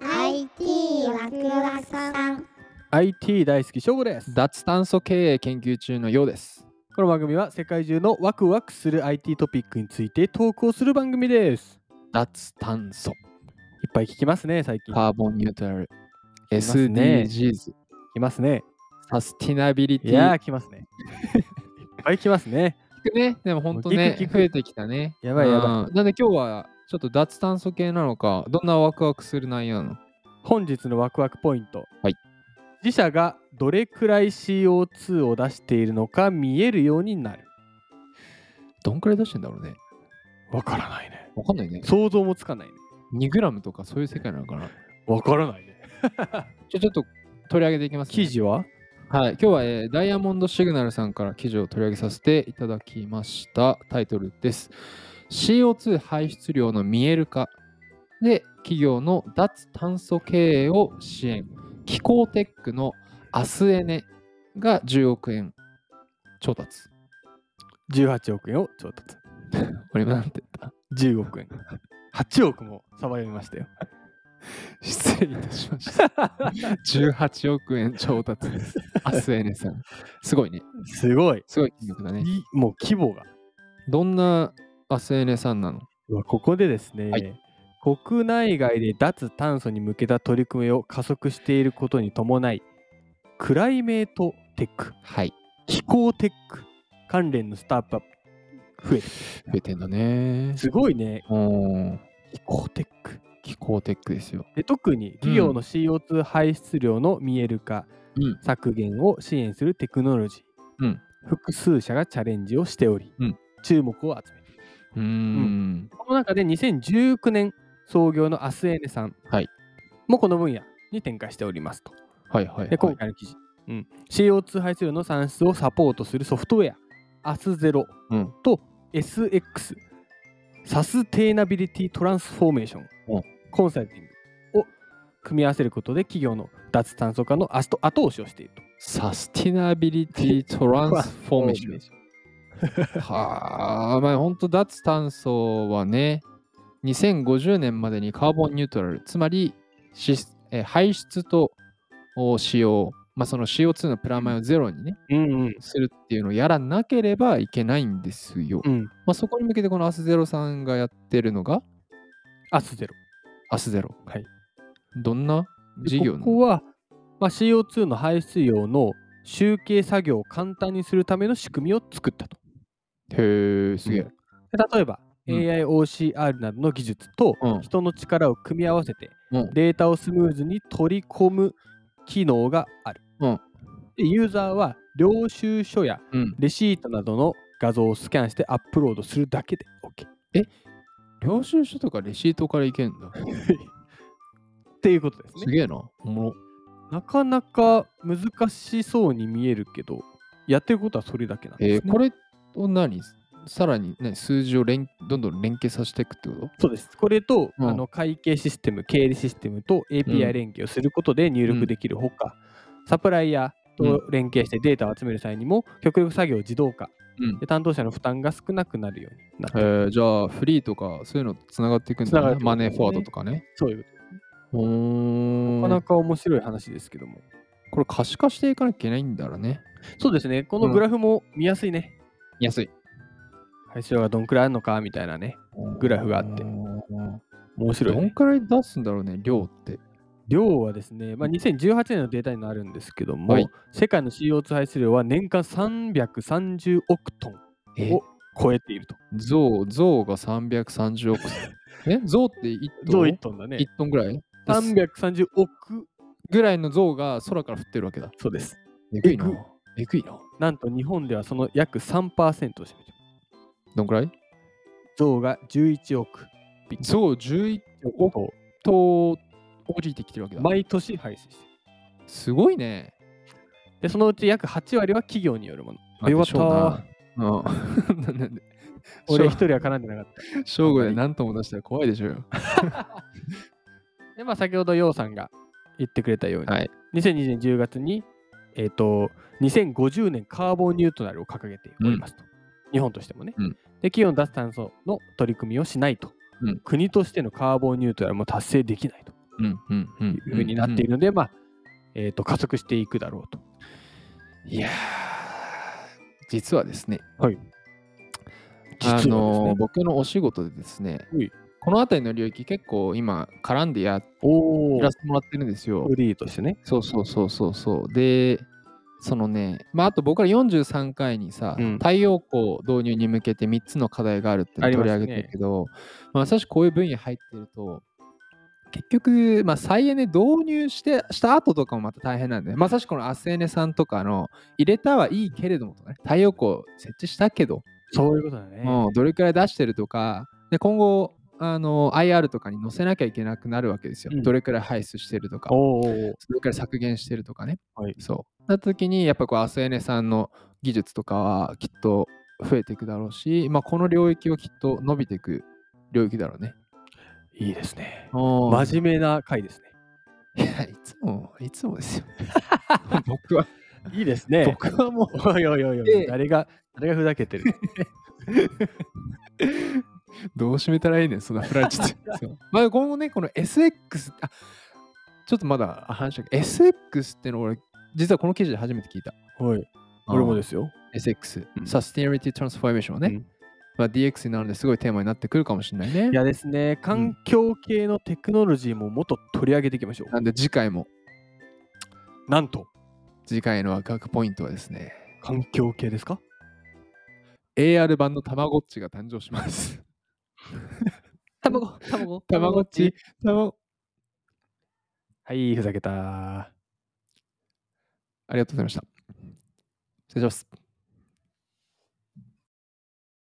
IT ワクワクさん IT 大好き翔吾です脱炭素経営研究中のようです。この番組は世界中のワクワクする IT トピックについてトークをする番組です脱炭素、いっぱい聞きますね最近聞カーボンニュートラル、ますね SDGs、きますねサスティナビリティ。いやー来 ますねいっぱい来ますね聞くね。でも本当ね、聞く聞く増えてきたね。やばいやばいうんなんで今日はちょっと脱炭素系なのか、どんなワクワクする内容なの本日のワクワクポイント、はい自社がどれくらい CO2 を出しているのか見えるようになるどんくらい出してんだろうね。わからないねわかんないね。想像もつかないね2グラムとかそういう世界なのかな。わからないねじゃあちょっと取り上げていきます、ね。記事ははい、今日は、えーダイヤモンドシグナルさんから記事を取り上げさせていただきましたタイトルです。CO2 排出量の見える化で企業の脱炭素経営を支援気候テックのアスエネが10億円調達。 18億円を調達俺もなんて言っ10億 円8億もさば読みましたよた 失礼いたしました。18億円調達です。アスエネさん。すごいね。すごいすごい金額だね。いもう規模がどんなアスエネさんなのうわここでですね、はい国内外で脱炭素に向けた取り組みを加速していることに伴いクライメートテックはい。気候テック関連のスタートアップ増えてる増えてんだね。すごいねうん。気候テック気候テックですよ。で特に企業の CO2 排出量の見える化、うん削減を支援するテクノロジー、うん複数社がチャレンジをしており、うん注目を集めているうーん。この中で2019年創業のアスエネさんはいもこの分野に展開しておりますとはいはい、はでい。今回の記事、うん、CO2 排出量の算出をサポートするソフトウェア、アスゼロうんと SX、サステイナビリティトランスフォーメーションうん、コンサルティングを組み合わせることで企業の脱炭素化の後後押しをしていると。サスティナビリティトランスフォーメーション。 はあ、まあ本当脱炭素はね、2050年までにカーボンニュートラル、つまりしえー排出とお使用、まあ、その CO2 のプラマイをゼロにね、うんうん。するっていうのをやらなければいけないんですよ。うん。まあ、そこに向けてこのアスゼロさんがやってるのが、アスゼロ。アスゼロ。はい。どんなで事業なこのこは、まあ、CO2 の排出量の集計作業を簡単にするための仕組みを作ったと。へえ、すげえ。うんで例えば、うん AIOCR などの技術とうん人の力を組み合わせてうんデータをスムーズに取り込む機能がある。うんでユーザーは領収書やうん、レシートなどの画像をスキャンしてアップロードするだけで OK。領収書とかレシートからいけんだ。っていうことですすね。げえな。おもろ。なかなか難しそうに見えるけど、やってることはそれだけなんえでーす、ね。これを何さらに、ね、数字を連どんどん連携させていくってことそうです。これと、うんあの会計システム、経理システムとう API ん連携をすることで入力できるほか、サプライヤーと連携してデータを集める際にも、極力作業を自動化、うんで、担当者の負担が少なくなるようになった、えーじゃあ、フリーとかそういうのつながっていくんだ繋がっねて。くるマネーフォワードとかね。そういうこおと。ーなかなか面白い話ですけども。これ可視化していかなきゃいけないんだろうね。そうですね、このグラフも見やすいね。安い。排出量がどんくらいあるのかみたいなね、グラフがあって面白い、どんね。くらい出すんだろうね、量って。量はですね、まあ、2018年のデータになるんですけども、はい世界の CO2 排出量は年間330億トンえを超えていると。象、象が330億。え象って1トゾンイトンだね。 1トンぐらい330億ぐらいの象が空から降ってるわけだ。そうです。えぐいなえぐ。えぐいな。なんと日本ではその約3%を占めている。どんくらい象が11億象11億を頭降りてきてるわけだ。毎年排出している。すごいね。で、そのうち約8割は企業によるもの。あよかったまあ。でしょうなうんなんで。 俺一人は絡んでなかった。正午で何とも出したら怖いでしょうよ。で、まあ先ほど楊さんが言ってくれたように、はい2020年10月に、えっ、と、2050年カーボンニュートラルを掲げておりますと。日本としてもね、うんで、企業の脱炭素の取り組みをしないと、うん国としてのカーボンニュートラルも達成できないと。うんうんうんうんいうふうになっているので、まあえー、と加速していくだろうと。いやー実はですね、はい実はですあねのー僕のお仕事でですねはい、この辺りの領域結構今絡んでやおらせてもらってるんですよフ。リーとしてね。そうそうそうそうそう。で、そのね、まあ、あと僕ら43回にさ、うん太陽光導入に向けて3つの課題があるってのあります取りね上げてるけど、まあ、さしこういう分野入ってると、結局、まあ、再エネ導入してした後とかもまた大変なんで、まさしこのアスエネさんとかの入れたはいいけれどもとかね、太陽光設置したけど、そういうことだね。うん、どれくらい出してるとかで今後あの IR とかに載せなきゃいけなくなるわけですよ、うんどれくらい排出してるとかおうおうおうそれから削減してるとかね。はいそう。なった時に、やっぱこう、アスエネさんの技術とかはきっと増えていくだろうし、まあ、この領域はきっと伸びていく領域だろうね。いいですね。マ真面目な回ですね。いや、いつも、いつもで すよ。僕は、いいですね僕はもう、おいおいおいおでい、誰が、誰がふざけてる。どう締めたらいいねん、そんなフラれちゃって そうまあ、今後ね、この SX、あちょっとまだ話したけど、SX っての俺、実はこの記事で初めて聞いた。はい、俺もすですよ。 SX、うんサスティナリティ・トランスフォーメーションはね、うんまあ、DX になるのですごいテーマになってくるかもしれないねい。やですね、環境系のテクノロジーももっと取り上げていきましょなんで次回も、う。なんと、次回のワクワクポイントはですね、環境系ですか AR 版のたまごっちが誕生します。卵、卵、たまごっち。、たまごはい、ふざけた。ありがとうございました。失礼します。